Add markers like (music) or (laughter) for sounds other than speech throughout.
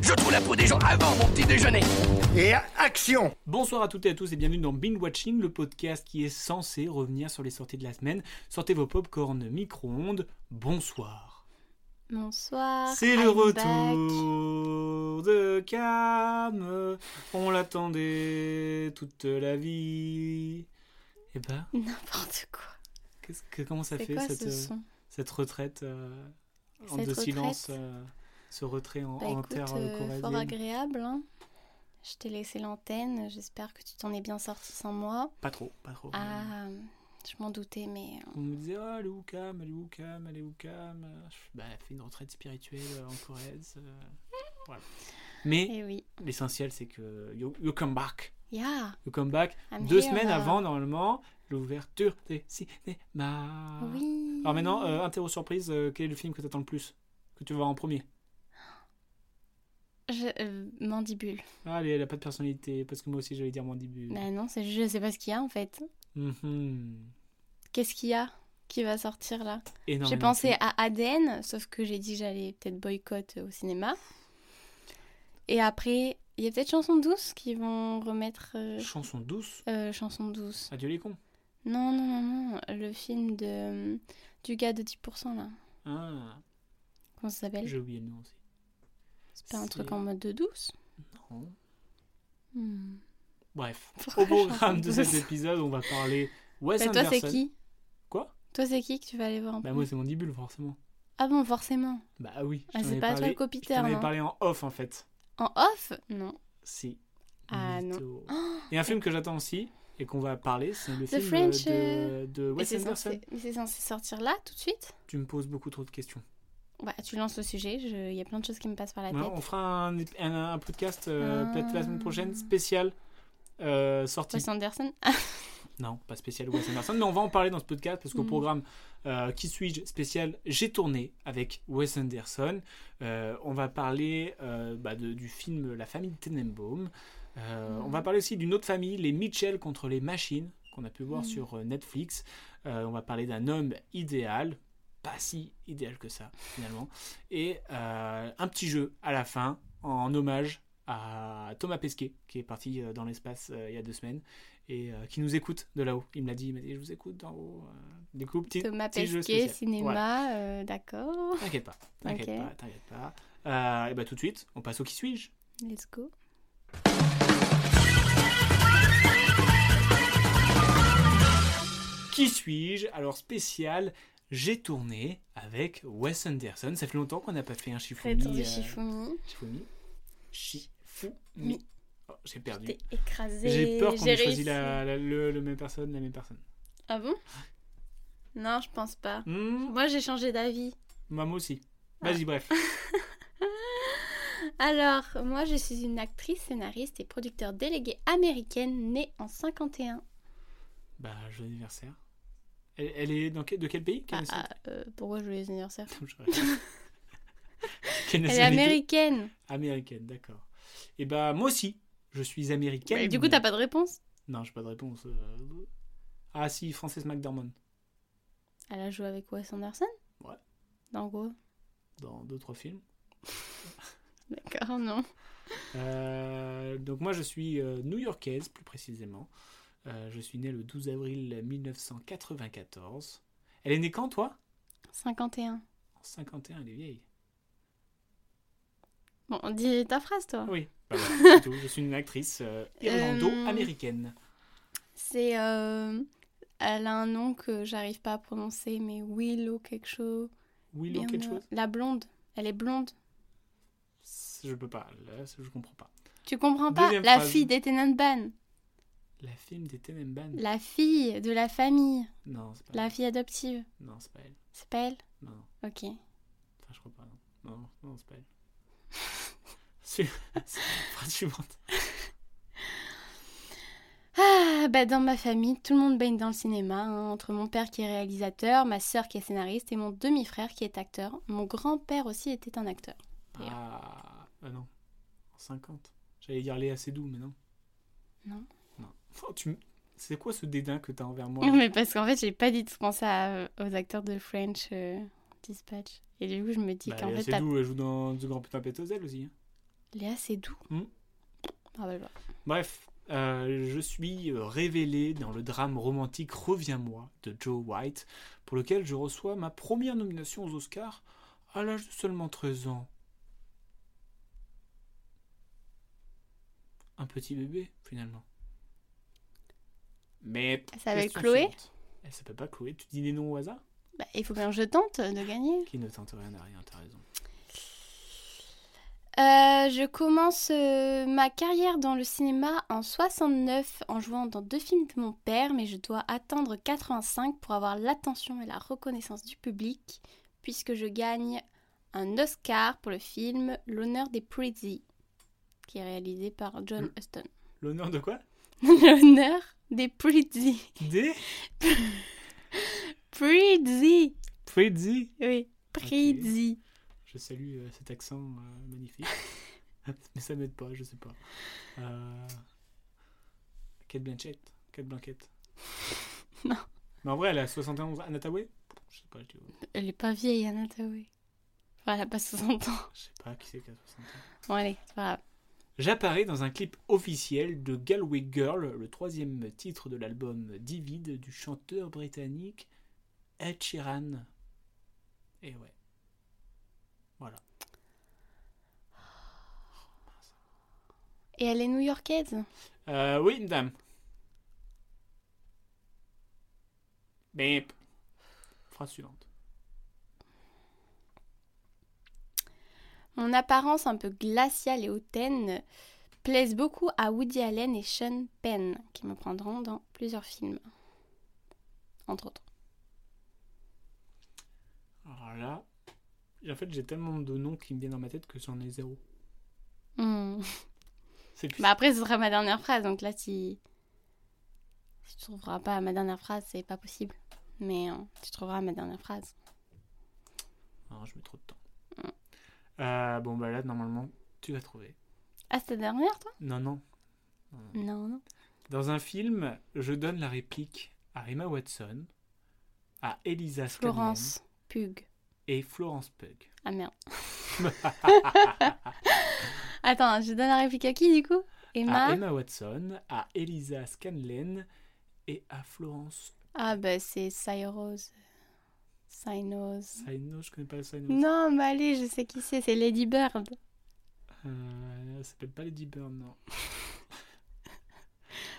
Je trouve la peau des gens avant mon petit déjeuner. Et action Bonsoir à toutes et à tous et bienvenue dans Binge Watching, le podcast qui est censé revenir sur les sorties de la semaine. Sortez vos popcorn micro-ondes. Bonsoir. Bonsoir. C'est le retour de Cam. On l'attendait toute la vie. Et ben. (laughs) N'importe quoi. Qu'est-ce que, comment ça fait quoi, cette, euh, ce son cette retraite euh, en Cette de retraite silence, euh, ce retrait en, Bah en écoute, terre euh, fort corallienne agréable. hein. Je t'ai laissé l'antenne. J'espère que tu t'en es bien sorti sans moi. Pas trop, pas trop. Ah, je m'en doutais, mais euh, On me disait, ah, allez où Cam, allez où Cam, allez où Cam. Euh, je fais, Bah, fais une retraite spirituelle euh, en Corrèze. euh, voilà. Mais eh oui. l'essentiel, c'est que you, you come back. Yeah. You come back I'm deux here euh, semaines now. avant, normalement, l'ouverture des cinémas. Oui. Alors maintenant, euh, interro surprise, euh, quel est le film que t'attends le plus Que tu vas voir en premier Je, euh, mandibule. Ah, Allez, elle a pas de personnalité, parce que moi aussi, j'allais dire Mandibule. Bah non, c'est je sais pas ce qu'il y a en fait. Mhm. Qu'est-ce qu'il y a qui va sortir là Énormément J'ai de pensé films. à Aden, sauf que j'ai dit que j'allais peut-être boycott euh, au cinéma. Et après, il y a peut-être Chansons douces qui vont remettre euh, Chanson douce euh, Chansons douces. Adieu les cons. Non, non, non, non, le film de, euh, du gars de 10% là. Ah, Comment ça s'appelle j'ai oublié le nom aussi. C'est pas un truc c'est- en mode de douce Non. Hmm. (laughs) Bref, Pourquoi au programme de je chante cet épisode, on va parler Wes Bah, toi, Anderson. c'est qui Quoi Toi, c'est qui que tu vas aller voir en Bah premier moi c'est Mandibule forcément. Ah bon, forcément. Bah oui. je Ah, t'en c'est ai pas toi parlé- le hein. Je copitaire, t'en avais non parlé en off en fait. En off Non. Si. Ah, non. (gasps) Mytho. Et un film que j'attends aussi et qu'on va parler, c'est le The film French, de, de Mais Wes c'est Anderson. censé, mais c'est censé sortir là, tout de suite Tu me poses beaucoup trop de questions. Bah, tu lances le sujet, je- il y a plein de choses qui me passent par la Ouais, tête. on fera un, ép- un- un podcast euh, Ah. peut-être la semaine prochaine spécial euh, sortie. Wes Anderson Non, pas spécial Wes Anderson, mais on va en parler dans ce podcast parce qu'au Mm. programme euh, Qui suis-je spécial, j'ai tourné avec Wes Anderson. Euh, on va parler euh, bah, de- du film La famille Tenenbaum. Euh, Mm. On va parler aussi d'une autre famille, les Mitchell contre les machines, qu'on a pu voir Mm. sur euh, Netflix. Euh, on va parler d'un homme idéal, pas si idéal que ça finalement. Et euh, un petit jeu à la fin en hommage à Thomas Pesquet qui est parti euh, dans l'espace euh, il y a deux semaines et euh, qui nous écoute de là-haut. Il me l'a dit, il m'a dit je vous écoute d'en haut. euh. Du coup, petit, Thomas petit jeu Pesquet, spécial. Voilà. cinéma, euh, d'accord. T'inquiète pas, t'inquiète Ok. pas, t'inquiète pas. Euh, et bah tout de suite, on passe au qui suis-je. Let's go. Qui suis-je Alors spécial, j'ai tourné avec Wes Anderson. Ça fait longtemps qu'on n'a pas fait un Shifumi. Retour euh, de Shifumi. Shifumi. Shifumi. Mi. Oh, j'ai perdu. T'es écrasé. J'ai peur qu'on j'ai ait choisi réussi. la, la- le, le même personne, la même personne. Ah bon Non, je pense pas. Hmm, Moi, j'ai changé d'avis. moi moi aussi. Ah. Vas-y, bref. Alors, moi, je suis une actrice, scénariste et producteur déléguée américaine née en 51. Bah, joyeux anniversaire. Elle, elle est dans quel- de quel pays Quelle Ah, nationalité ah, euh, pourquoi je les (laughs) anniversaires Je regarde. Quelle Elle est nationalité américaine. Américaine, d'accord. Et bah, moi aussi, je suis américaine. du coup, t'as pas de réponse Non, j'ai pas de réponse. euh. Ah, si, Frances McDormand. Elle a joué avec Wes Anderson Ouais. Dans quoi Dans deux, trois films. D'accord, non. Euh, donc, moi, je suis euh, new-yorkaise, plus précisément. Euh, je suis née le 12 avril 1994. Elle est née quand, toi 51. En 51, elle est vieille. Bon, dis ta phrase, toi. Oui. Bah, (laughs) voilà, c'est tout. Je suis une actrice euh, irlando-américaine. C'est. euh, Elle a un nom que j'arrive pas à prononcer, mais Willow quelque chose. Willow, quelque chose La blonde. Elle est blonde. Je peux pas, là, ça, je comprends pas. Tu comprends pas Deuxième La phrase. fille des Tenenbaum. La film des Tenenbaum La fille de la famille. Non, c'est pas La elle. fille adoptive. Non, c'est pas elle. C'est pas elle Non, non. Ok. enfin, je crois pas. Non, non, non c'est pas elle. (laughs) Su- Phrase suivante. Ah, Ah bah dans ma famille, tout le monde baigne dans le cinéma, hein, entre mon père qui est réalisateur, ma sœur qui est scénariste et mon demi-frère qui est acteur. Mon grand-père aussi était un acteur. Ah, ah non. En 50. J'allais dire Léa Seydoux, mais non. Non. Non. Oh, tu... m- C'est quoi ce dédain que t'as envers moi Non, (laughs) Mais parce qu'en fait, j'ai pas dit de penser à- euh, aux acteurs de French euh, Dispatch. Et du coup, je me dis Bah, qu'en Léa fait, t'as- Seydoux, elle joue dans Du Grand Putain Pétozel aussi. hein. Léa, c'est doux. Hmm. Ah bah, bah. Bref, euh, je suis euh, révélé dans le drame romantique Reviens-moi de Joe White, pour lequel je reçois ma première nomination aux Oscars à l'âge de seulement 13 ans. Un petit bébé, finalement. Mais. C'est avec question Chloé suivante. Elle s'appelle pas Chloé, tu dis des noms au hasard Bah, il faut bien que je tente euh, de gagner. Qui ne tente rien à rien, t'as raison. Euh, je commence euh, ma carrière dans le cinéma en 69 en jouant dans deux films de mon père, mais je dois attendre 85 pour avoir l'attention et la reconnaissance du public, puisque je gagne un Oscar pour le film L'honneur des Pretty, qui est réalisé par John Huston. (laughs) L'honneur de quoi L'honneur des Pretty. Des Pretty Pretty Oui, Pretty. Je salue euh, cet accent euh, magnifique. Mais ça m'aide pas, je sais pas. Euh... Kate Blanchett Kate Blanchett Non. Mais en vrai, elle a 71 Anna Tawai Je oh, sais pas, tu vois. Elle est pas vieille, Anna Tawai. Enfin, elle a pas 60 ans. Je sais pas qui c'est qui a 60 ans. Bon, allez, c'est pas grave. J'apparais dans un clip officiel de Galway Girl, le troisième titre de l'album Divide du chanteur britannique Ed Sheeran. Et ouais. Voilà. Et elle est new-yorkaise Euh, oui, une dame. Bip. Ben, Phrase suivante. Mon apparence un peu glaciale et hautaine plaise beaucoup à Woody Allen et Sean Penn, qui me prendront dans plusieurs films. Entre autres. Alors là, en fait, j'ai tellement de noms qui me viennent dans ma tête que j'en ai zéro. Hmm. C'est plus. Bah après, ce sera ma dernière phrase, donc là, si... si tu trouveras pas ma dernière phrase, c'est pas possible. Mais euh, tu trouveras ma dernière phrase. Non, Ah, je mets trop de temps. Mm. Euh, bon, bah là, normalement, tu vas trouver. Ah, c'est ta dernière, toi Non, non. Non, non. Dans un film, je donne la réplique à Emma Watson, à Elisa Scanlon Florence Pug. et Florence Pug. Ah (laughs) merde. Attends, je donne la réplique à qui, du coup Emma À Emma Watson, à Elisa Scanlon et à Florence Ah bah c'est Cyrose. Cynos. Saino. Je connais pas le Saino. Non, mais allez, je sais qui c'est, c'est Lady Bird. Euh, elle s'appelle pas Lady Bird, non.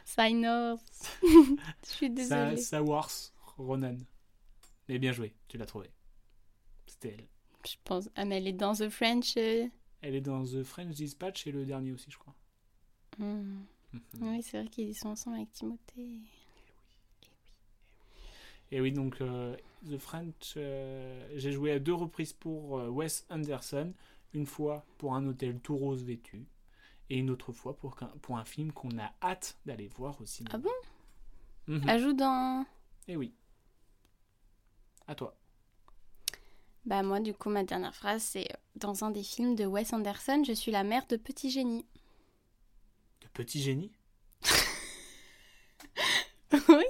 Cynos. (laughs) je suis Sa désolée. Sawars Ronan. Mais bien joué, tu l'as trouvé. C'était elle. Je pense. Ah, mais elle est dans The French. euh, Elle est dans The French Dispatch et le dernier aussi, je (laughs) crois. hmm. Oui, c'est vrai qu'ils sont ensemble avec Timothée. Et oui, donc euh, The French, euh, j'ai joué à deux reprises pour euh, Wes Anderson, une fois pour un hôtel tout rose vêtu, et une autre fois pour, qu'un- pour un film qu'on a hâte d'aller voir au cinéma. Ah bon Ah. Mhm. Elle joue dans. Et oui. À toi. Bah, moi, du coup, ma dernière phrase, c'est euh, Dans un des films de Wes Anderson, je suis la mère de Petit Génie. Le petit génie (laughs) oui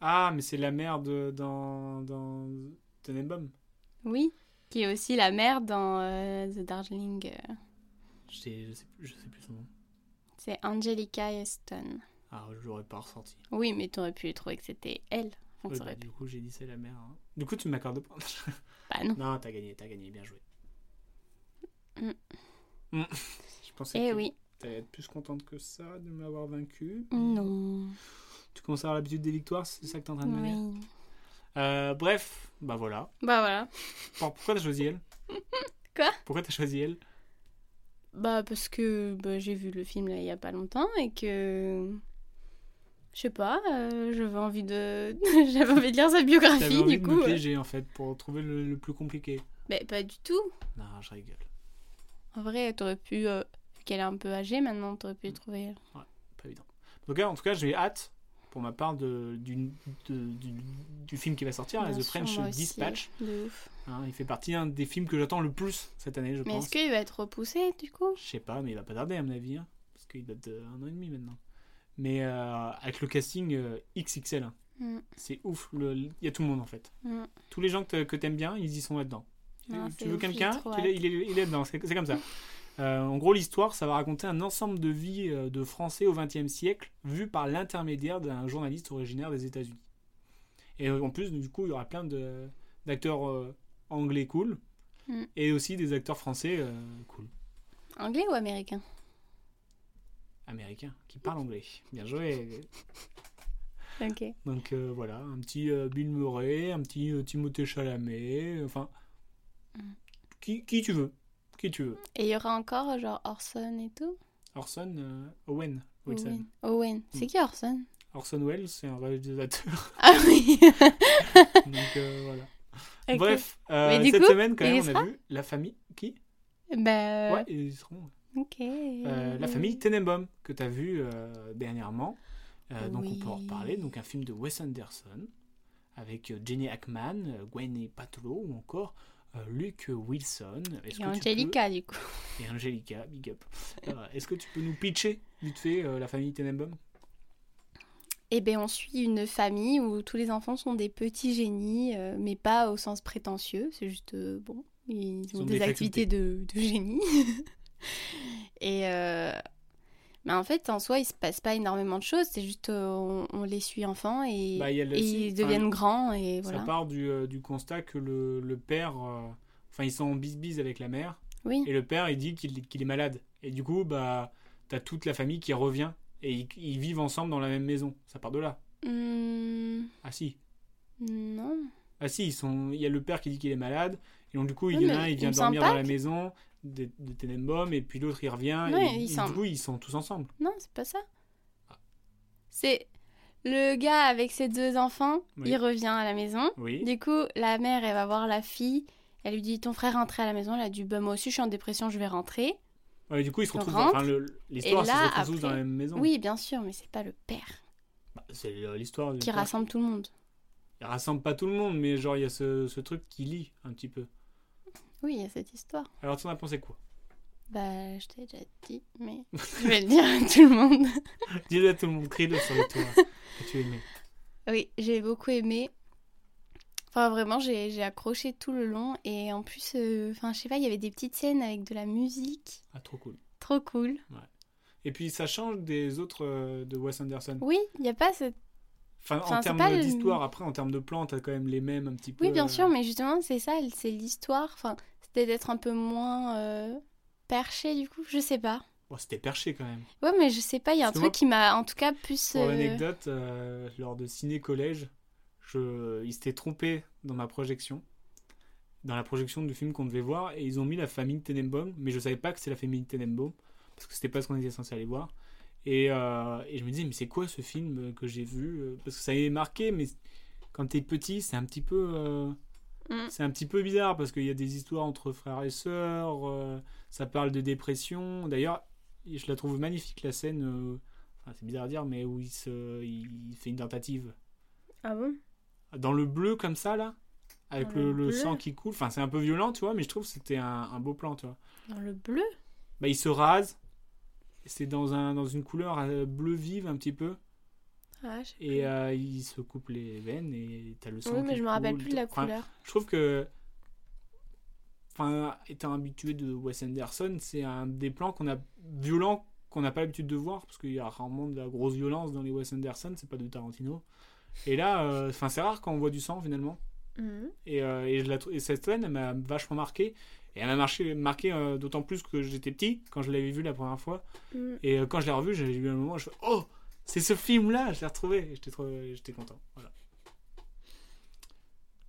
Ah, mais c'est la merde dans, dans Tenenbaum. Oui. Qui est aussi la mère dans euh, The Darling. euh, Je sais, je, sais, plus- je sais plus son nom. c'est Angelica Huston. Ah, je l'aurais pas ressorti. Oui, mais t'aurais pu trouver que c'était elle. On Ouais, bah, saurait du coup, j'ai dit c'est la mère. hein. Du coup, tu m'accordes pas. pas. Bah non. (laughs) non, t'as gagné, t'as gagné, bien joué. Mm. Mm. Je pensais Eh que oui. t'allais être plus contente que ça de m'avoir vaincu. Non. Tu commences à avoir l'habitude des victoires, c'est ça que t'es en train de me dire Oui. Euh, Bref, bah voilà. Bah voilà. Bon, pourquoi t'as choisi elle Quoi Pourquoi t'as choisi elle Bah parce que bah, j'ai vu le film là il y a pas longtemps et que je sais pas, euh, j'avais envie de (laughs) j'avais envie de lire sa T'avais biographie envie du de coup. me euh. piéger en fait pour trouver le, le plus compliqué. Mais pas du tout. Non, je rigole. Mm. En vrai, t'aurais pu euh, vu qu'elle est un peu âgée maintenant, t'aurais pu trouver. Pas évident. Donc là, en tout cas, j'ai hâte, pour ma part, de, d'une- de- du, du film qui va sortir, hein, Bien The sûr, French moi aussi, Dispatch. de ouf. hein. il fait partie d'un des films que j'attends le plus cette année, je Mais pense. est-ce qu'il va être repoussé du coup Je sais pas, mais il va pas tarder à mon avis, hein, parce qu'il date d'un an et demi maintenant. Mais euh, avec le casting euh, XXL, hein, Mm, c'est ouf, le- il y a tout le monde en fait. mm. Tous les gens que, t'a- que t'aimes bien, ils y sont là-dedans. Euh, Non, tu c'est veux ouf, j'ai quelqu'un, trop il, est- il est il est là-dedans, c'est c'est comme ça. Euh, en gros, l'histoire, ça va raconter un ensemble de vies euh, de Français au XXe siècle, vu par l'intermédiaire d'un journaliste originaire des États-Unis. Et euh, en plus, du coup, il y aura plein de- d'acteurs euh, anglais cool, Mm. et aussi des acteurs français euh, cool, Anglais ou américain américains, qui parlent anglais. Bien joué. Ok. Donc euh, voilà, un petit euh, Bill Murray, un petit euh, Timothée Chalamet, euh, enfin, Mm. qui, qui tu veux, qui tu veux. Et il y aura encore euh, genre Orson et tout Orson euh, Owen Wilson. Owen. Owen. C'est Mm. qui Orson (laughs) Orson Welles, c'est un réalisateur. Ah oui donc euh, voilà. (laughs) Ok. Bref, euh, Mais du cette coup, semaine quand il même, y on a sera vu la famille qui Bah. Ouais, ils y seront. Ok. Euh, la famille Tenenbaum que tu as vu euh, dernièrement. Euh, donc on peut en Oui. reparler. Donc un film de Wes Anderson avec euh, Jenny Hackman, euh, Gwen Paltrow ou encore euh, Luke Wilson. Est-ce Et que tu peux- Angelica du coup. Et Angelica, big up. Euh, Est-ce que tu peux nous pitcher vite fait euh, la famille Tenenbaum Eh bien, on suit une famille où tous les enfants sont des petits génies, euh, mais pas au sens prétentieux. C'est juste, euh, bon, ils, Ils ont, ont des, des activités de, de génie. (laughs) Et. euh, mais en fait, en soi, il se passe pas énormément de choses. C'est juste, euh, on, on les suit enfants et, Bah, il y a le- et si, ils enfin, deviennent grands. Et Ça voilà. part du, euh, du constat que le, le père. euh, Enfin, ils sont en bis-bis avec la mère. Oui. Et le père, il dit qu'il qu'il est malade. Et du coup, bah, t'as toute la famille qui revient. Et ils, ils vivent ensemble dans la même maison. Ça part de là. Hum, Ah si. non. Ah si, ils sont... il y a le père qui dit qu'il est malade. Et donc, du coup, il y Oui, en a mais un, il on vient sent dormir pas dans la que- maison de, de Tenenbaum. Et puis l'autre, il revient. et Ouais, ils ils- sont- du coup, ils sont tous ensemble. Non, c'est pas ça. C'est le gars avec ses deux enfants, Oui. il revient à la maison. Oui. Du coup, la mère, elle va voir la fille. Elle lui dit Ton frère est rentré à la maison. Elle a dit Bah, moi aussi, je suis en dépression, je vais rentrer. Ouais, du coup, ils se On retrouvent. rentre, Enfin, le- l'histoire, et c'est qu'ils là, se retrouvent tous dans la après- même maison. Oui, bien sûr, mais c'est pas le père Bah, c'est euh, l'histoire. du qui père rassemble tout le monde. Il rassemble pas tout le monde, mais genre, il y a ce, ce truc qui lie un petit peu. Oui, il y a cette histoire. Alors, tu en as pensé quoi (laughs) Bah, je t'ai déjà dit, mais je vais le dire à tout le monde. Dis-le à tout le monde, crie-le sur les toits. (laughs) que tu as aimé. Oui, j'ai beaucoup aimé. Enfin, vraiment, j'ai j'ai accroché tout le long. Et en plus, euh, enfin, je sais pas, il y avait des petites scènes avec de la musique. Ah, trop cool. Trop cool. Et puis, ça change des autres euh, de Wes Anderson. Oui, il n'y a pas cette. Enfin, Enfin, en c'est termes pas le- d'histoire, après, en termes de plan, t'as quand même les mêmes un petit peu. Oui, bien euh, sûr, mais justement, c'est ça, elle- c'est l'histoire. Enfin, c'était d'être un peu moins euh, perché, du coup, je sais pas. bon, Oh, C'était perché quand même. Ouais, mais je sais pas, il y a un Parce que truc qui m'a en tout cas plus. Pour euh, l'anecdote, euh, lors de ciné-collège, je... ils s'étaient trompés dans ma projection. Dans la projection du film qu'on devait voir, et ils ont mis la famille Tenenbaum, mais je savais pas que c'est la famille Tenenbaum, parce que c'était pas ce qu'on était censé aller voir. Et, euh, et je me disais, mais c'est quoi ce film que j'ai vu euh, Parce que ça est marqué, mais quand t'es petit, c'est un petit peu. euh, Mm. C'est un petit peu bizarre parce qu'il y a des histoires entre frères et sœurs, euh, ça parle de dépression. D'ailleurs, je la trouve magnifique la scène, euh, enfin, c'est bizarre à dire, mais où il, se, il fait une tentative. Ah bon Dans le bleu comme ça là, avec Dans le le, le bleu sang qui coule, enfin c'est un peu violent tu vois, mais je trouve que c'était un, un beau plan tu vois. Dans le bleu Bah, il se rase, c'est dans, un, dans une couleur euh, bleu vive un petit peu, Ah, je sais et euh, il se coupe les veines et t'as le sang. Oui, mais qui je me rappelle coule, plus de la enfin, couleur. je trouve que enfin étant habitué de Wes Anderson c'est un des plans qu'on a violent qu'on n'a pas l'habitude de voir parce qu'il y a rarement de la grosse violence dans les Wes Anderson c'est pas de Tarantino et là euh, enfin c'est rare quand on voit du sang finalement Mhm. et, euh, et je la trou- et cette scène elle m'a vachement marqué et elle m'a marché- marqué euh, d'autant plus que j'étais petit quand je l'avais vu la première fois Mm. et euh, quand je l'ai revu j'ai eu un moment je fais, oh c'est ce film là je l'ai retrouvé Et j'étais trop- j'étais content voilà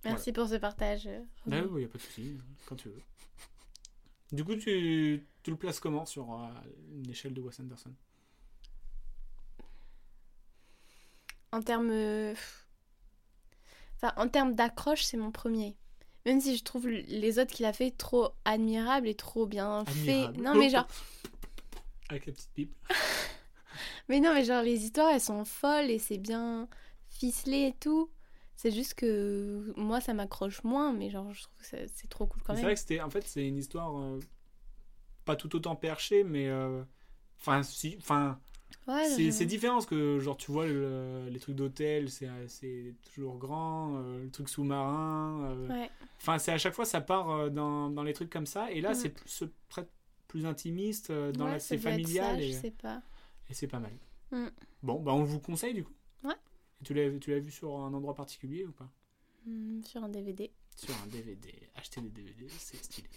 Merci pour ce partage. euh, Bah Romain. oui, il n'y a pas de souci, quand tu veux. Du coup, tu, tu le places comment sur euh, une échelle de Wes Anderson En termes. euh, pff. Enfin, en termes d'accroche, c'est mon premier. Même si je trouve l- les autres qu'il a fait trop admirables et trop bien faits. Admirable. Non, mais genre. Avec la petite pipe. Mais non, mais genre les histoires, elles sont folles et c'est bien ficelé et tout. C'est juste que moi, ça m'accroche moins, mais genre, je trouve que ça- c'est trop cool quand Mais C'est même. vrai que c'était, en fait, c'est une histoire euh, pas tout autant perchée, mais euh, enfin, si, enfin, Ouais, c'est, je- c'est différent parce que genre tu vois le- les trucs d'hôtel, c'est, c'est toujours grand, euh, le truc sous-marin. euh, Ouais. Enfin, c'est à chaque fois ça part euh, dans, dans les trucs comme ça, et là Ouais. c'est plus, se prête plus intimiste, euh, dans Mm. Ouais, la, ça c'est doit être familial ça, et, Je sais pas. et c'est pas mal. Mm. Bon, bah on vous conseille du coup. Ouais. Et tu l'as, tu l'as vu sur un endroit particulier ou pas Hmm, sur un DVD. Sur un DVD. Acheter des DVD, c'est stylé.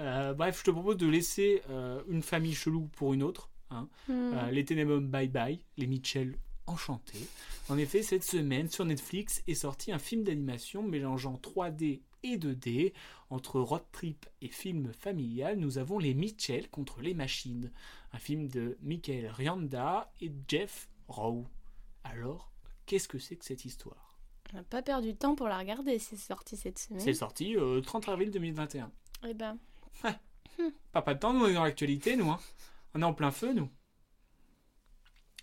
Euh, bref, je te propose de laisser euh, une famille chelou pour une autre. hein. Hmm. Euh, les Ténébums Bye Bye, les Mitchell enchantés. En effet, cette semaine, sur Netflix, est sorti un film d'animation mélangeant 3D et 2D. Entre road trip et film familial, nous avons Les Mitchell contre les machines. Un film de Michael Rianda et Jeff Rowe. Alors, qu'est-ce que c'est que cette histoire On n'a pas perdu de temps pour la regarder, c'est sorti cette C'est semaine. sorti euh, 30 avril 2021. Eh ben, Pas pas de temps, nous, on est dans l'actualité, nous. hein. On est en plein feu, nous.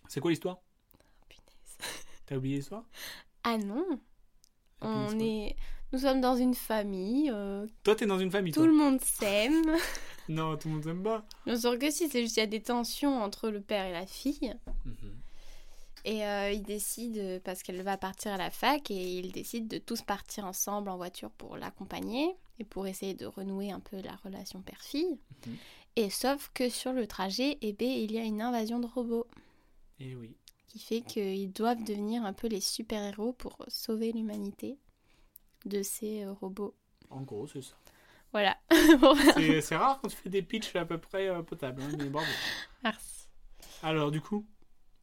C'est quoi l'histoire punaise. T'as oublié l'histoire Ah non Ah, punaise, On quoi. est... Nous sommes dans une famille, euh, Toi, t'es dans une famille, tout toi. le monde s'aime. (laughs) Non, tout le monde s'aime pas. Non, sûr que si, c'est juste qu'il y a des tensions entre le père et la fille. Mhm. Et euh, ils décident, euh, parce qu'elle va partir à la fac, et ils décident de tous partir ensemble en voiture pour l'accompagner et pour essayer de renouer un peu la relation père-fille. Mhm. Et sauf que sur le trajet, eh ben, il y a une invasion de robots Et Eh oui. qui fait qu'ils doivent devenir un peu les super-héros pour sauver l'humanité de ces euh, robots. En gros, c'est ça. Voilà. (laughs) C'est c'est rare quand tu fais des pitchs à peu près euh, potables, hein, mais bravo. Merci. Alors, du coup,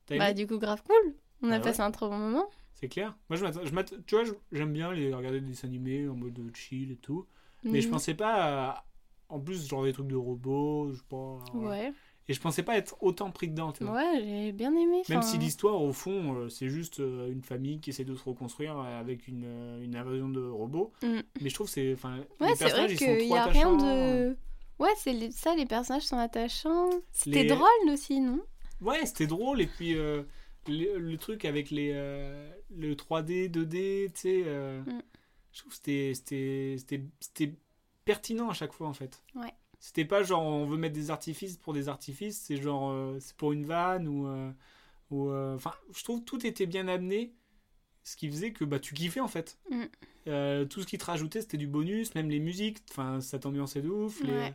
t'as Bah, aimé du coup, grave cool. On a Bah ouais. passé un trop bon moment. c'est clair Moi, je m'attends- je m'attends- tu vois, je- j'aime bien les regarder des dessins animés en mode chill et tout, mais je Mhm. pensais pas à- En plus, genre des trucs de robots, je sais pas. voilà. Ouais, Et je pensais pas être autant pris dedans, tu vois. ouais j'ai bien aimé. Même enfin, si l'histoire, au fond, euh, c'est juste euh, une famille qui essaie de se reconstruire euh, avec une, euh, une invasion de robots. Mm. Mais je trouve que c'est. enfin, Ouais, les c'est vrai personnages, ils sont qu'il trop n'y a rien attachants. euh. hein. de. Ouais, c'est les- ça, les personnages sont attachants. C'était Les- drôle aussi, non Ouais, c'était drôle. Et puis, euh, le, le truc avec les, euh, le 3D, 2D, tu sais, euh, Mm. je trouve que c'était- c'était- c'était c'était pertinent à chaque fois, en fait. Ouais. C'était pas genre, on veut mettre des artifices pour des artifices, c'est genre, euh, c'est pour une vanne ou... euh, ou, euh, Enfin, je trouve que tout était bien amené, ce qui faisait que bah, tu kiffais, en fait. Mm. Euh, tout ce qui te rajoutait, c'était du bonus, même les musiques, enfin, ça t'ambiançait de ouf. les- Ouais.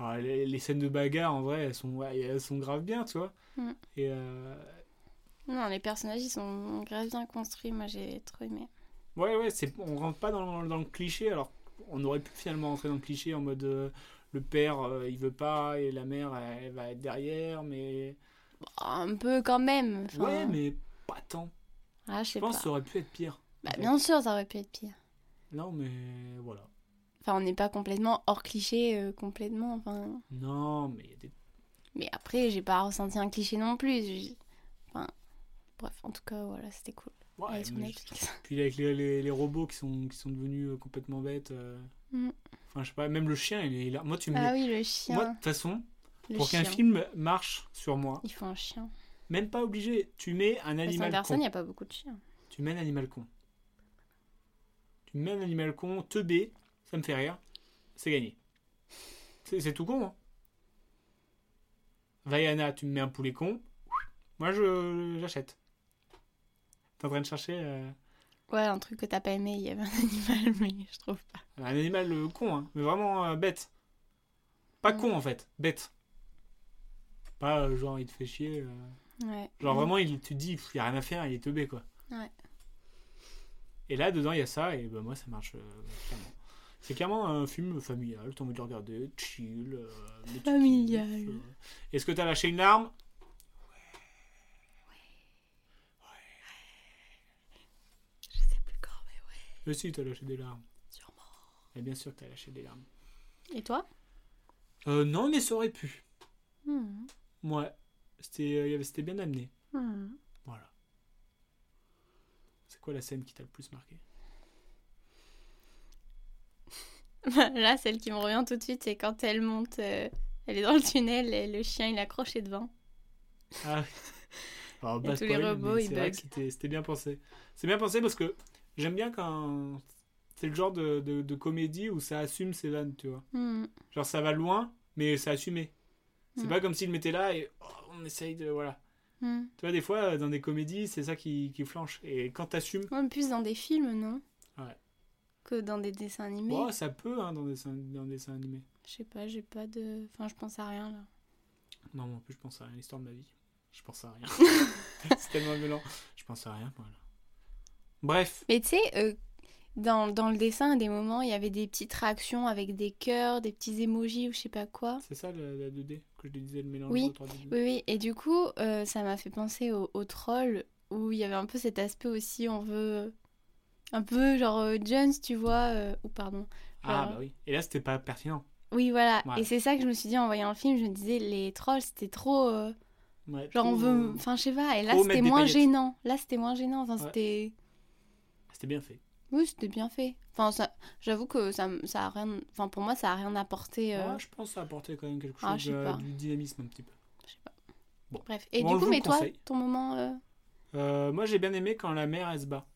ah, les, les scènes de bagarre, en vrai, elles sont, ouais, elles sont grave bien, tu vois. Mm. Et euh, Non, les personnages, ils sont grave bien construits. Moi, j'ai trop aimé. ouais, ouais, c'est, on rentre pas dans, dans le cliché. Alors, on aurait pu finalement rentrer dans le cliché en mode euh, le père, euh, il veut pas et la mère, elle, elle va être derrière, mais. Bon, un peu quand même. enfin, Ouais, mais pas tant. Ah, je Je sais pense pas. que ça aurait pu être pire. Bah, bien sûr, ça aurait pu être pire. Non, mais voilà. Enfin, on n'est pas complètement hors cliché, euh, complètement. Enfin... Non, mais il y a des. Mais après, j'ai pas ressenti un cliché non plus. j'ai- Enfin, bref, en tout cas, voilà, c'était cool. Ouais, Allez sur mais- Netflix. Puis avec les, les- les robots qui sont, qui sont devenus euh, complètement bêtes. euh, Mm. Enfin, je sais pas, même le chien, il est il a- Moi, tu me. Ah oui, le Moi, de chien. toute façon, Le pour qu'un chien. film marche sur moi, Il faut un chien. même pas obligé, tu mets un Parce qu'en animal personne, il con. n'y a pas beaucoup de chiens. Tu mets un animal con. Tu mets un animal con, teubé, ça me fait rire, c'est gagné. C'est c'est tout con, hein. Vaiana, tu me mets un poulet con, moi je j'achète. T'es en train de chercher euh, Ouais, un truc que t'as pas aimé, il y avait un (laughs) animal, mais je trouve pas. un animal euh, con, hein, mais vraiment euh, bête. Pas Mm. con en fait, bête. Pas euh, genre il te fait chier. euh, Ouais. Genre vraiment, il, tu te dis, il n'y a rien à faire, il est teubé, quoi. Mm. Ouais. Et là, dedans, il y a ça, et bah, moi, ça marche euh, clairement. C'est clairement un film familial, t'as envie de le regarder, chill. euh, mais tu kiffes, Familial. euh. Est-ce que t'as lâché une larme Je sais plus quand, mais ouais, Mais si, t'as lâché des larmes. sûrement. Et bien sûr que t'as lâché des larmes. Et toi Euh, non, mais ça aurait pu. Hmm. Ouais. C'était euh, il y avait- c'était bien amené. Hmm. Voilà. C'est quoi la scène qui t'a le plus marqué (laughs) Là, celle qui me revient tout de suite, c'est quand elle monte, euh, elle est dans le tunnel et le chien il accroche accroché devant. Ah. Alors, Et bad tous les spoil, mais robots, ils c'est vrai bug. que c'était c'était bien pensé. C'est bien pensé parce que j'aime bien quand c'est le genre de, de- de comédie où ça assume ses vannes, tu vois. Hmm. Genre ça va loin, mais c'est assumé. C'est Mm. pas comme s'il mettait là et oh, on essaye de voilà. Hmm. Tu vois des fois dans des comédies c'est ça qui, qui flanche et quand t'assumes, Ouais, plus dans des films, non Ouais. Que dans des dessins animés. oh, ça peut hein, dans des dessins- dans des dessins animés. Je sais pas, j'ai pas de. Enfin, je pense à rien là. Non, moi, en plus, je pense à rien. L'histoire de ma vie. Je pense à rien. (laughs) c'est tellement violent. Je pense à rien, voilà. Bref. Mais tu sais, euh, dans, dans le dessin, à des moments, il y avait des petites réactions avec des cœurs, des petits émojis ou je sais pas quoi. C'est ça la, la 2D que je te disais, le mélange Oui, de 3D. Oui, oui, et du coup, euh, ça m'a fait penser au, au troll où il y avait un peu cet aspect aussi, on veut. euh, Un peu genre euh, Jones, tu vois, euh, ou pardon. Ah, genre- bah oui. Et là, c'était pas pertinent. Oui, voilà. Ouais. Et c'est ça que je me suis dit en voyant le film, je me disais, les trolls, c'était trop. euh, Ouais, genre, on tout- veut. Enfin, je sais pas, et euh, là, Trop c'était mettre des moins paillettes. gênant. Là, c'était moins gênant. Enfin, Ouais. c'était. Ah, C'était bien fait. Oui, c'était bien fait. Enfin, ça- j'avoue que ça, m- ça a rien. Enfin, pour moi, ça a rien apporté. euh, Ah, je pense que ça apportait quand même quelque chose ah, je sais de- pas. du dynamisme un petit peu. je sais pas. Bon. Bref. Et Bon, je du coup, vous mais le toi, conseille. ton moment. euh, Euh, moi, j'ai bien aimé quand la mère, elle se bat.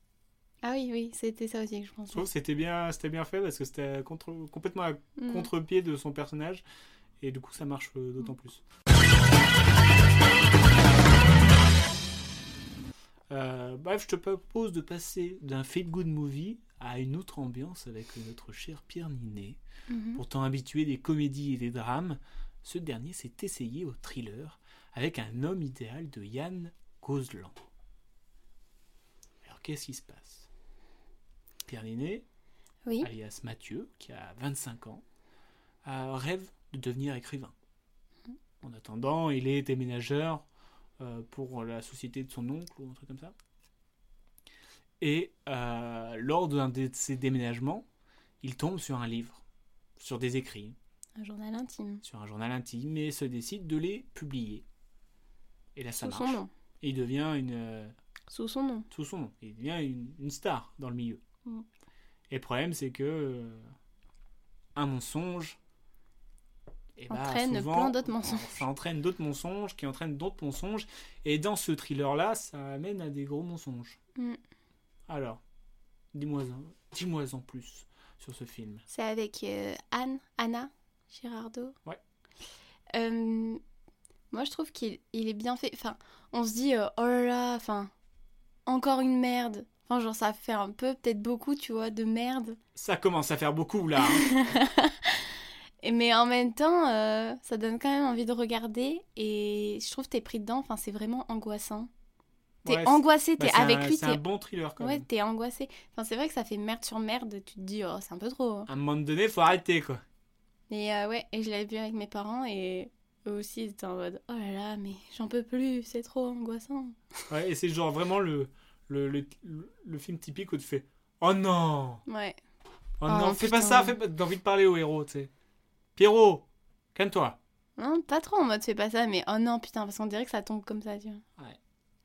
Ah oui, oui, c'était ça aussi que je pensais. Je trouve que c'était bien, c'était bien fait parce que c'était contre, complètement à Mm. contre-pied de son personnage. Et du coup, ça marche euh, d'autant plus. Euh, bref, je te propose de passer d'un feel-good movie à une autre ambiance avec notre cher Pierre Ninet. Mhm. Pourtant habitué des comédies et des drames, ce dernier s'est essayé au thriller avec un homme idéal de Yann Gozlan. Alors qu'est-ce qui se passe Pierre Ninet Oui. alias Mathieu, qui a 25 ans, euh, rêve de devenir écrivain. Mhm. En attendant, il est déménageur euh, pour la société de son oncle ou un truc comme ça. Et euh, lors d'un de ses déménagements, il tombe sur un livre, sur des écrits, Un journal intime. sur un journal intime, et se décide de les publier. Et là, ça Sous son marche. nom. Et il devient une, euh, Sous son nom. sous son nom. Il devient une, une star dans le milieu. Mm. Et le problème, c'est que euh, un mensonge eh ben, Entraîne souvent, plein d'autres mensonges. (laughs) Ça entraîne d'autres mensonges qui entraînent d'autres mensonges. Et dans ce thriller-là, ça amène à des gros mensonges. Mm. Alors, dis-moi en, dis-moi en plus sur ce film. C'est avec euh, Anne, Anna Girardot. Ouais. Euh, moi, je trouve qu'il il est bien fait. Enfin, on se dit, euh, oh là là, enfin, encore une merde. Enfin, genre, ça fait un peu, peut-être beaucoup, tu vois, de merde. Ça commence à faire beaucoup là. hein. Et, mais en même temps, euh, ça donne quand même envie de regarder. Et je trouve que t'es pris dedans. Enfin, c'est vraiment angoissant. T'es Ouais, angoissé, bah, t'es c'est avec un- lui, C'est un t'es bon thriller quand ouais, même. t'es angoissé. Enfin, c'est vrai que ça fait merde sur merde. Tu te dis, oh, c'est un peu trop. hein. À un moment donné, faut arrêter quoi. Mais euh, ouais, et je l'avais vu avec mes parents et eux aussi ils étaient en mode oh là là, mais j'en peux plus, c'est trop angoissant. Ouais, et c'est genre vraiment le, le, le, le film typique où tu fais Oh non Ouais, Oh, Oh, non, fais pas putain. ça, fais pas... T'as envie de parler au héros, tu sais. Pierrot, calme-toi. non, pas trop en mode fais pas ça, mais oh non, putain, parce qu'on dirait que ça tombe comme ça, tu vois. Ouais.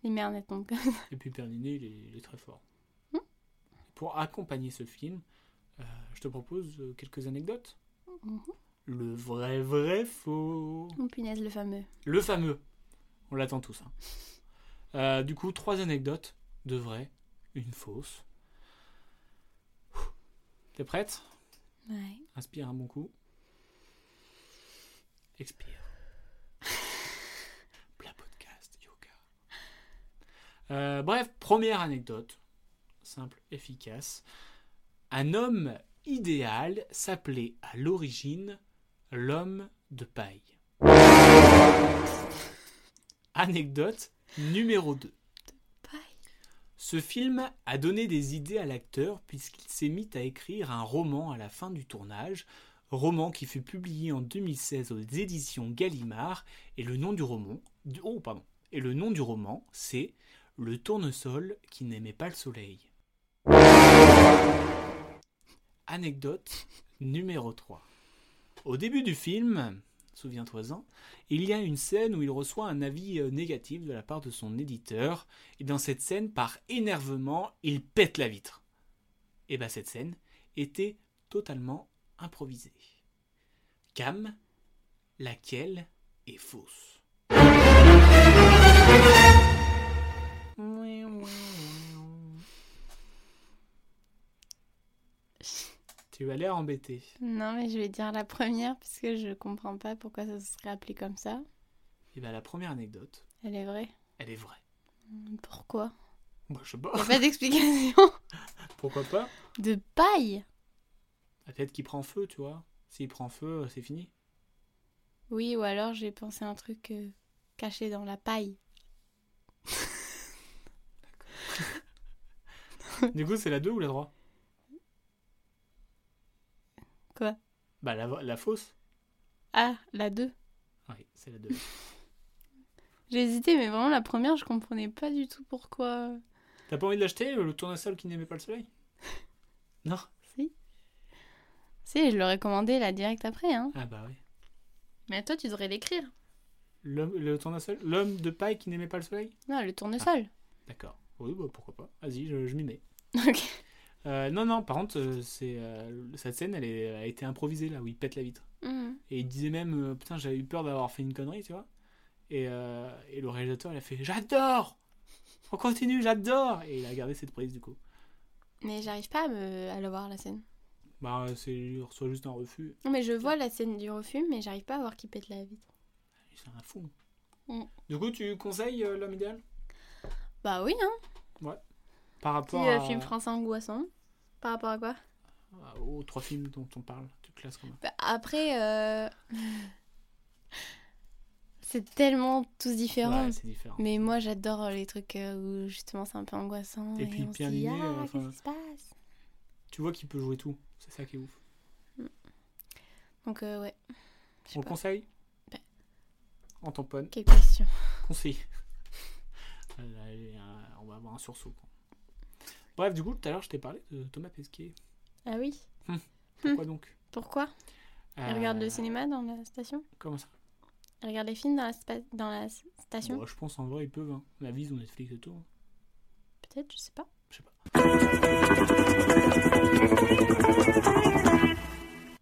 Les merdes elles tombent comme Et puis Perninet, il est, il est très fort. Hmm. Pour accompagner ce film, euh, je te propose euh, quelques anecdotes. Mhm. Le vrai, vrai faux. Oh, punaise, le fameux. Le fameux. On l'attend tous. hein. Euh, du coup, trois anecdotes. De vraies, une fausse. Ouh. T'es prête Ouais. Inspire un bon coup. Expire. Plat podcast, yoga. Euh, bref, première anecdote. Simple, efficace. Un homme idéal s'appelait à l'origine l'homme de paille. Anecdote numéro 2. Paille. Ce film a donné des idées à l'acteur puisqu'il s'est mis à écrire un roman à la fin du tournage, roman qui fut publié en 2016 aux éditions Gallimard et le nom du roman, du- oh, pardon, et le nom du roman c'est Le tournesol qui n'aimait pas le soleil. Anecdote numéro 3. Au début du film, souviens-toi-en, il y a une scène où il reçoit un avis euh, négatif de la part de son éditeur et dans cette scène, par énervement, il pète la vitre. Et bah cette scène était totalement improvisée. Cam, laquelle est fausse Tu as l'air embêté. Non, mais je vais dire la première parce que je comprends pas pourquoi ça se serait appelé comme ça. Et bien, la première anecdote, Elle est vraie. elle est vraie. Pourquoi Moi, Bah, je sais Y pas. a pas d'explication. Pourquoi pas (laughs) De paille La tête qui prend feu, tu vois. S'il prend feu, c'est fini. Oui, ou alors j'ai pensé à un truc euh, caché dans la paille. Du coup, c'est la 2 ou la 3 Quoi Bah, la, la fausse. Ah, la 2. Oui, c'est la 2. J'ai hésité, mais vraiment la première, je comprenais pas du tout pourquoi. (laughs) T'as pas envie de l'acheter, euh, le tournesol qui n'aimait pas le soleil (laughs) Non Si. Si, je l'aurais commandé là direct après, hein. Ah bah oui. Mais toi, tu devrais l'écrire. L'homme- Le tournesol L'homme de paille qui n'aimait pas le soleil Non, Ah, le tournesol. D'accord. Oui, bah pourquoi pas. Vas-y, je, je m'y mets. (laughs) Ok. Euh, non, non, par contre, euh, c'est, euh, cette scène, elle est- a été improvisée là, où il pète la vitre. Mhm. Et il disait même, euh, putain, j'avais eu peur d'avoir fait une connerie, tu vois. Et, euh, et le réalisateur, il a fait, j'adore On continue, j'adore Et il a gardé cette prise, du coup. Mais j'arrive pas à, me... à le voir la scène. Bah, euh, c'est il reçoit juste un refus. Non, mais je vois la scène du refus, mais j'arrive pas à voir qui pète la vitre. C'est un fou. Mm. Du coup, tu conseilles euh, l'homme idéal Bah oui, hein. Par Petit rapport euh, à- film français angoissant. Par rapport à quoi à- aux trois films dont on parle Tu te classes comment Bah, Après, euh... (laughs) c'est tellement tous différents. Ouais, c'est différent. Mais moi, j'adore les trucs euh, où justement c'est un peu angoissant. Et puis, on se bien dit, animé, ah, euh, qu'est-ce enfin- qui se passe Tu vois qu'il peut jouer tout. C'est ça qui est ouf. Donc, euh, ouais. Je sais On le pas. conseille Bah. En tamponne. Quelle question Conseil. (laughs) Là, il y a un- on va avoir un sursaut. quoi. Bref, du coup, tout à l'heure, je t'ai parlé de Thomas Pesquet. Ah oui Pourquoi donc Pourquoi Elle Hmm. regarde Euh, le cinéma dans la station Comment ça Elle regarde les films dans la, spa- dans la s- station Bon, Je pense en vrai, ils peuvent. Hein. La vie, ils ont Netflix et tout. hein. Peut-être, je sais pas.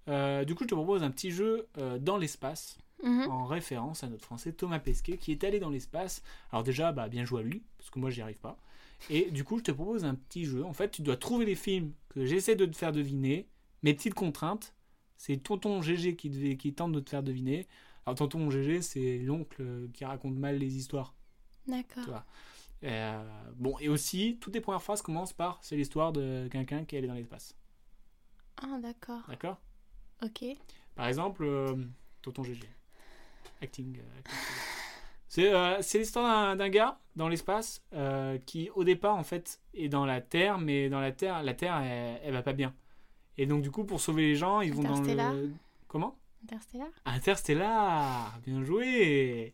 Euh, du coup, je te propose un petit jeu euh, dans l'espace, Mhm. en référence à notre français Thomas Pesquet, qui est allé dans l'espace. Alors déjà, bah, bien joué à lui, parce que moi, j'y arrive pas. Et du coup, je te propose un petit jeu. En fait, tu dois trouver les films que j'essaie de te faire deviner. Mes petites contraintes, c'est Tonton GG qui, devait- qui tente de te faire deviner. Alors, Tonton GG, c'est l'oncle euh, qui raconte mal les histoires. D'accord. Tu vois. Euh, bon, et aussi, toutes les premières phrases commencent par c'est l'histoire de quelqu'un qui est allé dans l'espace. Ah, d'accord. D'accord Ok. Par exemple, euh, Tonton GG. Acting. euh, acting. C'est euh, c'est l'histoire d'un- d'un gars dans l'espace euh, qui, au départ, en fait, est dans la Terre, mais dans la Terre, la Terre, elle, elle va pas bien. Et donc, du coup, pour sauver les gens, ils vont dans Interstellar. le. Comment Interstellar Interstellar Bien joué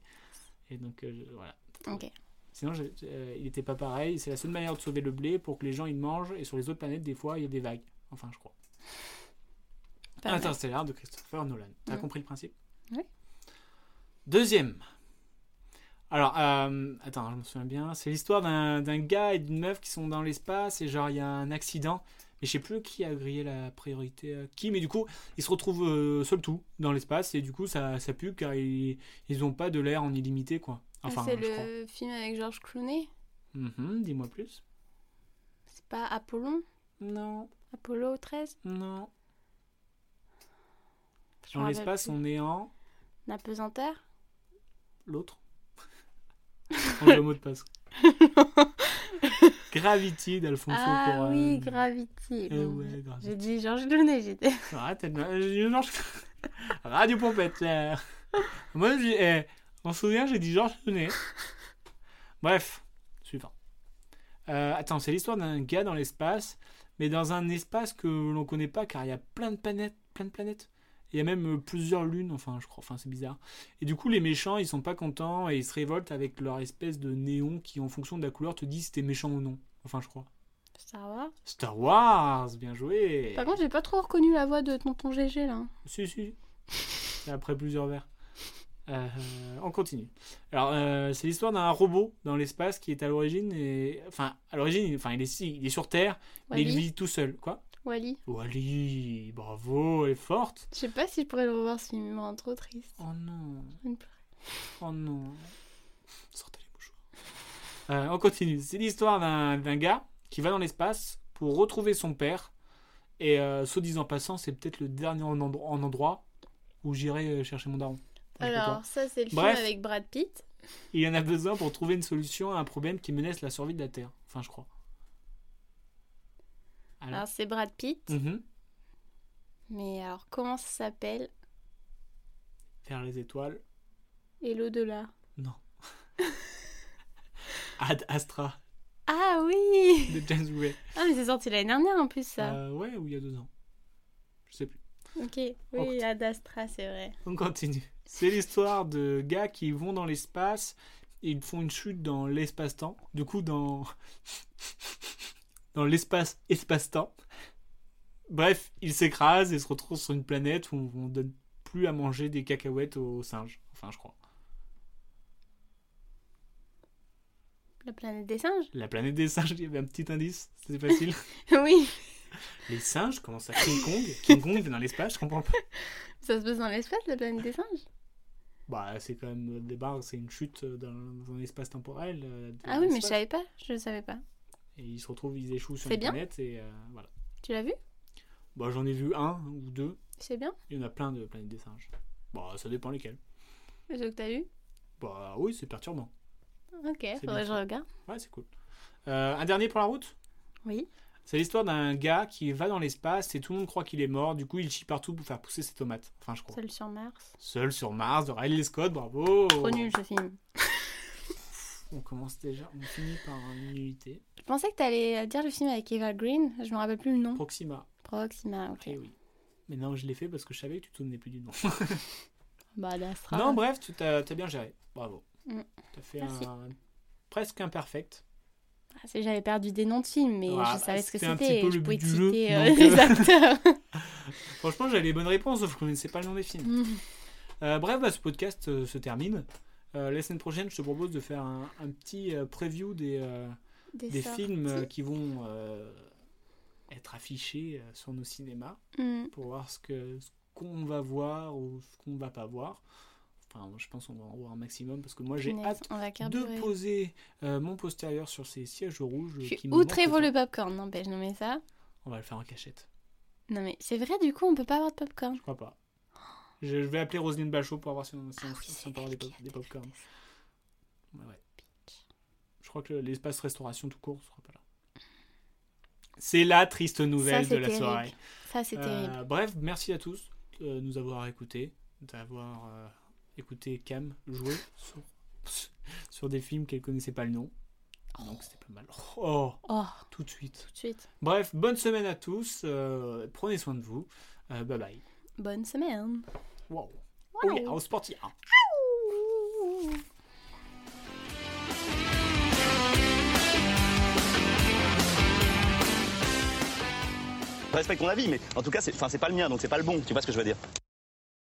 Et donc, euh, je- voilà. Ok. Sinon, j'ai- j'ai- euh, il était pas pareil. C'est la seule manière de sauver le blé pour que les gens ils mangent. Et sur les autres planètes, des fois, il y a des vagues. Enfin, je crois. Ah, Pas mal. Interstellar de Christopher Nolan. T'as Mhm. compris le principe Oui. Deuxième. Alors, euh, attends, je me souviens bien. C'est l'histoire d'un d'un gars et d'une meuf qui sont dans l'espace. Et genre, il y a un accident. Mais je sais plus qui a grillé la priorité à qui. Mais du coup, ils se retrouvent euh, seuls tout dans l'espace. Et du coup, ça, ça pue car ils, ils ont pas de l'air en illimité, quoi. Ah, Enfin, c'est je crois. le film avec George Clooney Mhm, Dis-moi plus. C'est pas Apollon Non, Apollo 13 non. Je Dans me rappelle l'espace, plus. on est en L'apesanteur l'autre. (laughs) On le mot de (laughs) passe. Gravity d'Alfonso Ah Cuarón. oui, Gravity. Eh Bon, ouais, Gravity. J'ai dit Georges Clooney, j'étais. Ah, t'as de ma- j'ai dit Georges- (laughs) Radio Pompette. là. Moi, j'ai- eh, je m'en souviens, j'ai dit Georges Clooney. Bref, suivant. Euh, attends, c'est l'histoire d'un gars dans l'espace, mais dans un espace que l'on connaît pas car il y a plein de planètes, plein de planètes. Il y a même euh, plusieurs lunes, enfin, je crois, enfin, c'est bizarre. Et du coup, les méchants, ils sont pas contents et ils se révoltent avec leur espèce de néon qui, en fonction de la couleur, te dit si t'es méchant ou non. Enfin, je crois. Star Wars. Star Wars, bien joué. Par contre, j'ai pas trop reconnu la voix de tonton GG là. Si, si. C'est après plusieurs verres. Euh, on continue. Alors, euh, c'est l'histoire d'un robot dans l'espace qui est à l'origine. et- Enfin, à l'origine, il- enfin, il, est, si- il est sur Terre, mais il Wally. vit tout seul. Quoi Wally. Wally, bravo, elle est forte. Je sais pas si je pourrais le revoir ce film, il me rend trop triste. Oh non. Je ne peux- Oh non. Sortez les mouchoirs. Euh, on continue. C'est l'histoire d'un d'un gars qui va dans l'espace pour retrouver son père. Et euh, soit disant passant, c'est peut-être le dernier en, endro- en endroit où j'irai euh, chercher mon daron. Enfin, je sais pas. Alors, ça, c'est le Bref. film avec Brad Pitt. Il en a besoin pour trouver une solution à un problème qui menace la survie de la Terre. Enfin, je crois. Alors. Alors, c'est Brad Pitt. Mhm. Mais alors, comment ça s'appelle Vers les étoiles. Et l'au-delà. Non. Ad Astra Ah oui de James Way. Ah, mais c'est sorti l'année dernière en plus, ça. Euh, ouais, ou il y a deux ans. Je sais plus. Ok, écoute. oui, Ad Astra, c'est vrai. On continue. C'est l'histoire de gars qui vont dans l'espace, ils font une chute dans l'espace-temps, du coup dans (laughs) dans l'espace espace-temps. Bref, ils s'écrasent et se retrouvent sur une planète où on donne plus à manger des cacahuètes aux singes, enfin je crois. La planète des singes La planète des singes, il y avait un petit indice, c'était facile. (laughs) Oui, Les singes commencent à King Kong, King Kong il va dans l'espace, je comprends pas. ça se passe dans l'espace, la planète des singes Bah, c'est quand même euh, des barres, c'est une chute euh, dans, dans un espace temporel. euh, de Ah oui, mais je l'espace. savais pas, je le savais pas. Et ils se retrouvent, ils échouent sur C'est une bien. planète et euh, voilà. Tu l'as vu Bah, j'en ai vu un ou deux. C'est bien Il y en a plein de planètes des singes. Bah, ça dépend lesquels. Le que t'as vu Bah, oui, c'est perturbant. Ok, bien faudrait que je fait. regarde. Ouais, c'est cool. Euh, un dernier pour la route Oui. C'est l'histoire d'un gars qui va dans l'espace et tout le monde croit qu'il est mort. Du coup, il chie partout pour faire pousser ses tomates. Enfin, je crois. Seul sur Mars. Seul sur Mars de Riley Scott, bravo Trop nul ce film. On commence déjà, on finit par une nullité. Je pensais que t'allais dire le film avec Eva Green, je me rappelle plus le nom. Proxima, Proxima, ok. eh oui. Mais non, je l'ai fait parce que je savais que tu te souvenais plus du nom. Bah, Ad Astra. Non, bref, tu t'as t'as bien géré. Bravo. Mm. T'as fait Merci. un presque imperfect. Ah, c'est- J'avais perdu des noms de films, mais Ah, bah, je savais ce que c'était un c'était. petit peu et Je le pouvais but te du jeu, citer euh, donc, les euh, (laughs) acteurs. Franchement, j'avais les bonnes réponses, sauf que je connaissais pas le nom des films. Mm. Euh, bref, bah, ce podcast euh, se termine. Euh, la semaine prochaine, je te propose de faire un, un petit euh, preview des, euh, des sorties. films euh, qui vont euh, être affichés euh, sur nos cinémas Mm. pour voir ce que ce qu'on va voir ou ce qu'on va pas voir. Enfin, je pense qu'on va en voir un maximum parce que moi j'ai Punaise, hâte on va de carburer. poser euh, mon postérieur sur ces sièges rouges Je suis qui me outrée manquent pour le popcorn, n'empêche, non mais ça. On va le faire en cachette. Non mais c'est vrai, du coup, on peut pas avoir de popcorn. Je crois pas. Je, je vais appeler Roselyne Bachot pour voir si on, si on- si on Ah, c'est peut avoir elle des, qui pop- a des popcorn. développé ça. Ouais, ouais. Je crois que l'espace restauration tout court sera pas là. C'est la triste nouvelle de Ça, c'est la terrible. soirée. Ça, c'est Euh, terrible. bref, merci à tous euh, de nous avoir écoutés, d'avoir euh, écouté Cam jouer sur, (laughs) sur des films qu'elle connaissait pas le nom. Donc c'était pas mal. Oh, Oh, tout de suite. tout de suite. Bref, bonne semaine à tous. euh, prenez soin de vous. Euh, bye bye. Bonne semaine. Wow. Oh yeah, au sportif. Je respecte ton avis, mais en tout cas, c'est enfin, c'est pas le mien, donc c'est pas le bon. Tu vois ce que je veux dire